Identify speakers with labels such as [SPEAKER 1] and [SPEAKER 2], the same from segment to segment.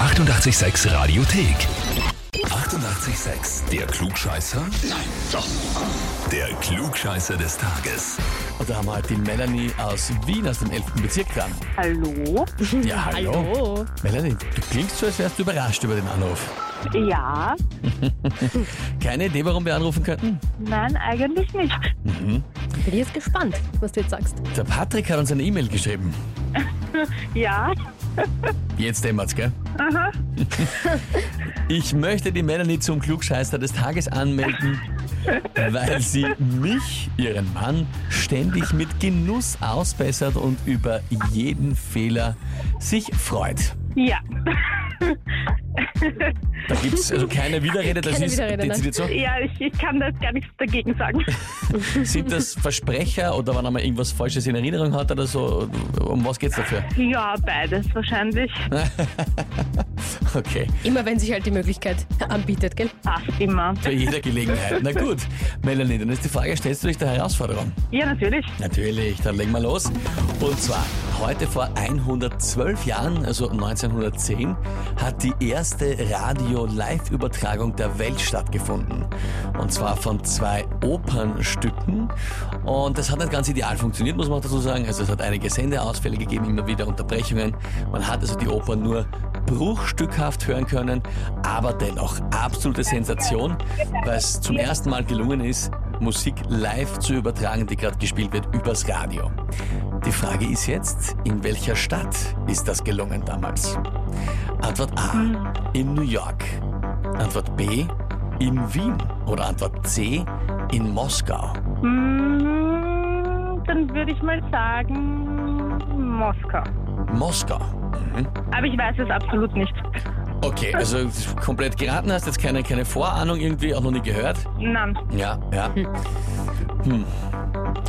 [SPEAKER 1] 886 Radiothek. 88,6. Der Klugscheißer? Nein, doch. Der Klugscheißer des Tages.
[SPEAKER 2] Und da haben wir halt die Melanie aus Wien, aus dem 11. Bezirk dran.
[SPEAKER 3] Hallo?
[SPEAKER 2] Ja, hallo.
[SPEAKER 4] Hallo.
[SPEAKER 2] Melanie, du klingst so, als wärst du überrascht über den Anruf.
[SPEAKER 3] Ja,
[SPEAKER 2] Keine Idee, warum wir anrufen könnten?
[SPEAKER 3] nein, eigentlich nicht.
[SPEAKER 4] Bin ich jetzt gespannt, was du jetzt sagst.
[SPEAKER 2] Der Patrick hat uns eine E-Mail geschrieben.
[SPEAKER 3] Ja,
[SPEAKER 2] Jetzt dämmert's, gell? ich möchte die Melanie zum Klugscheißer des Tages anmelden, weil sie mich, ihren Mann, ständig mit Genuss ausbessert und über jeden Fehler sich freut.
[SPEAKER 3] ja,
[SPEAKER 2] Da gibt's also keine Widerrede, das
[SPEAKER 4] Keine
[SPEAKER 2] ist
[SPEAKER 4] Widerrede, nein.
[SPEAKER 2] dezidiert so.
[SPEAKER 3] ja, ich, ich kann da jetzt gar nichts dagegen sagen.
[SPEAKER 2] Sind das Versprecher oder wenn er mal irgendwas Falsches in Erinnerung hat oder so? Um was geht's dafür?
[SPEAKER 3] Ja, beides wahrscheinlich.
[SPEAKER 2] Okay,
[SPEAKER 4] Immer wenn sich halt die Möglichkeit anbietet, gell?
[SPEAKER 3] Passt immer.
[SPEAKER 2] bei jeder Gelegenheit. Na gut, Melanie, dann ist die Frage, stellst du dich der Herausforderung?
[SPEAKER 3] Ja, natürlich.
[SPEAKER 2] Natürlich, dann legen wir los. Und zwar, heute vor 112 Jahren, also 1910, hat die erste Radio-Live-Übertragung der Welt stattgefunden. Und zwar von zwei Opernstücken. Und das hat nicht ganz ideal funktioniert, muss man auch dazu sagen. Also es hat einige Sendeausfälle gegeben, immer wieder Unterbrechungen. Man hat also die Oper nur bruchstückhaft hören können, aber dennoch absolute Sensation, weil es zum ersten Mal gelungen ist, Musik live zu übertragen, die gerade gespielt wird, übers Radio. Die Frage ist jetzt, in welcher Stadt ist das gelungen damals? Antwort A, in New York. Antwort B, in Wien. Oder Antwort C, in Moskau.
[SPEAKER 3] Mm, dann würde ich mal sagen, Moskau.
[SPEAKER 2] Moskau. Mhm.
[SPEAKER 3] Aber ich weiß es absolut nicht.
[SPEAKER 2] Okay, also komplett geraten hast, jetzt keine, keine Vorahnung irgendwie, auch noch nie gehört.
[SPEAKER 3] Nein.
[SPEAKER 2] Ja, ja. Hm.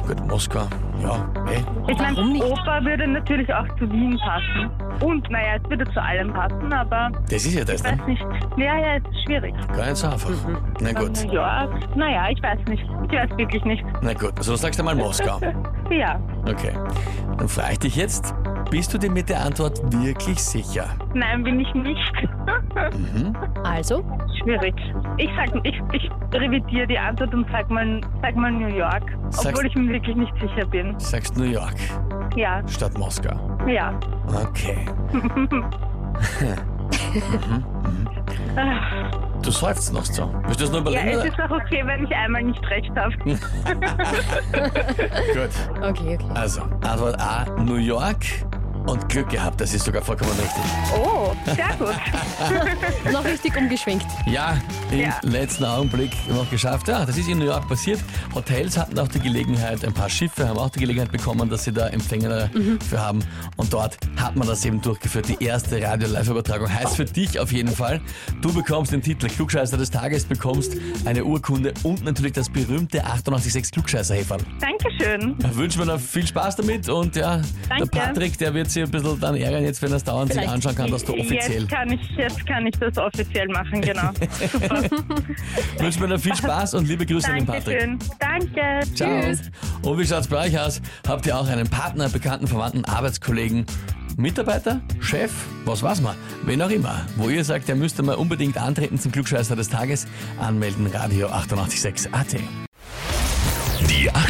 [SPEAKER 2] Gut, Moskau. Ja, eh.
[SPEAKER 3] Ich meine,
[SPEAKER 4] Warum nicht?
[SPEAKER 3] Oper würde natürlich auch zu Wien passen. Und naja, es würde zu allem passen, aber
[SPEAKER 2] Das ist ja das,
[SPEAKER 3] ich
[SPEAKER 2] ne?
[SPEAKER 3] weiß nicht. Ja, ja, es ist schwierig.
[SPEAKER 2] Gar nicht so einfach. Na
[SPEAKER 3] Dann
[SPEAKER 2] gut,
[SPEAKER 3] New York. Naja, ich weiß nicht. Ich weiß wirklich nicht.
[SPEAKER 2] na gut. Also du sagst einmal Moskau.
[SPEAKER 3] Ja,
[SPEAKER 2] Okay. Dann frage ich dich jetzt, bist du dir mit der Antwort wirklich sicher?
[SPEAKER 3] nein, bin ich nicht.
[SPEAKER 2] Mhm.
[SPEAKER 4] Also,
[SPEAKER 3] Schwierig. Ich sag, ich, ich revidiere die Antwort und sag mal, sag mal New York,
[SPEAKER 2] Sagst-
[SPEAKER 3] obwohl ich mir wirklich nicht sicher bin.
[SPEAKER 2] Sagst New York
[SPEAKER 3] Ja,
[SPEAKER 2] statt Moskau.
[SPEAKER 3] ja.
[SPEAKER 2] Okay.
[SPEAKER 3] Ah,
[SPEAKER 2] Du seufzt noch so. Willst du das nur
[SPEAKER 3] Ja,
[SPEAKER 2] überlegen?
[SPEAKER 3] es
[SPEAKER 2] oder?
[SPEAKER 3] ist auch okay, wenn ich einmal nicht recht habe.
[SPEAKER 2] Gut.
[SPEAKER 4] okay, okay.
[SPEAKER 2] Also, Antwort A, New York. Und Glück gehabt, das ist sogar vollkommen richtig.
[SPEAKER 3] Oh, sehr gut.
[SPEAKER 4] Noch richtig umgeschwenkt.
[SPEAKER 2] Ja, im
[SPEAKER 3] Ja.
[SPEAKER 2] letzten Augenblick noch geschafft. Ja, das ist in New York passiert. Hotels hatten auch die Gelegenheit, ein paar Schiffe haben auch die Gelegenheit bekommen, dass sie da Empfänger
[SPEAKER 3] Mhm.
[SPEAKER 2] für haben. Und dort hat man das eben durchgeführt. Die erste Radio-Live-Übertragung heißt für dich auf jeden Fall, du bekommst den Titel Klugscheißer des Tages, bekommst eine Urkunde und natürlich das berühmte 886 klugscheißer -Häferl.
[SPEAKER 3] Dankeschön.
[SPEAKER 2] Da wünschen wir noch viel Spaß damit und ja,
[SPEAKER 3] Danke.
[SPEAKER 2] der Patrick, der wird sich ein bisschen dann ärgern jetzt, wenn er es dauernd sich
[SPEAKER 4] Vielleicht.
[SPEAKER 2] anschauen kann, dass du offiziell
[SPEAKER 3] Jetzt kann, ich, jetzt kann ich das offiziell machen, genau.
[SPEAKER 2] Wünschen wir noch viel Spaß und liebe Grüße an den Patrick.
[SPEAKER 3] Dankeschön. Danke.
[SPEAKER 2] Ciao.
[SPEAKER 4] Tschüss.
[SPEAKER 2] Und wie schaut's bei euch aus? Habt ihr auch einen Partner, Bekannten, Verwandten, Arbeitskollegen, Mitarbeiter, Chef, was weiß man, wen auch immer, wo ihr sagt, der müsste mal unbedingt antreten zum Glückscheißer des Tages, anmelden Radio 886 AT.
[SPEAKER 1] Die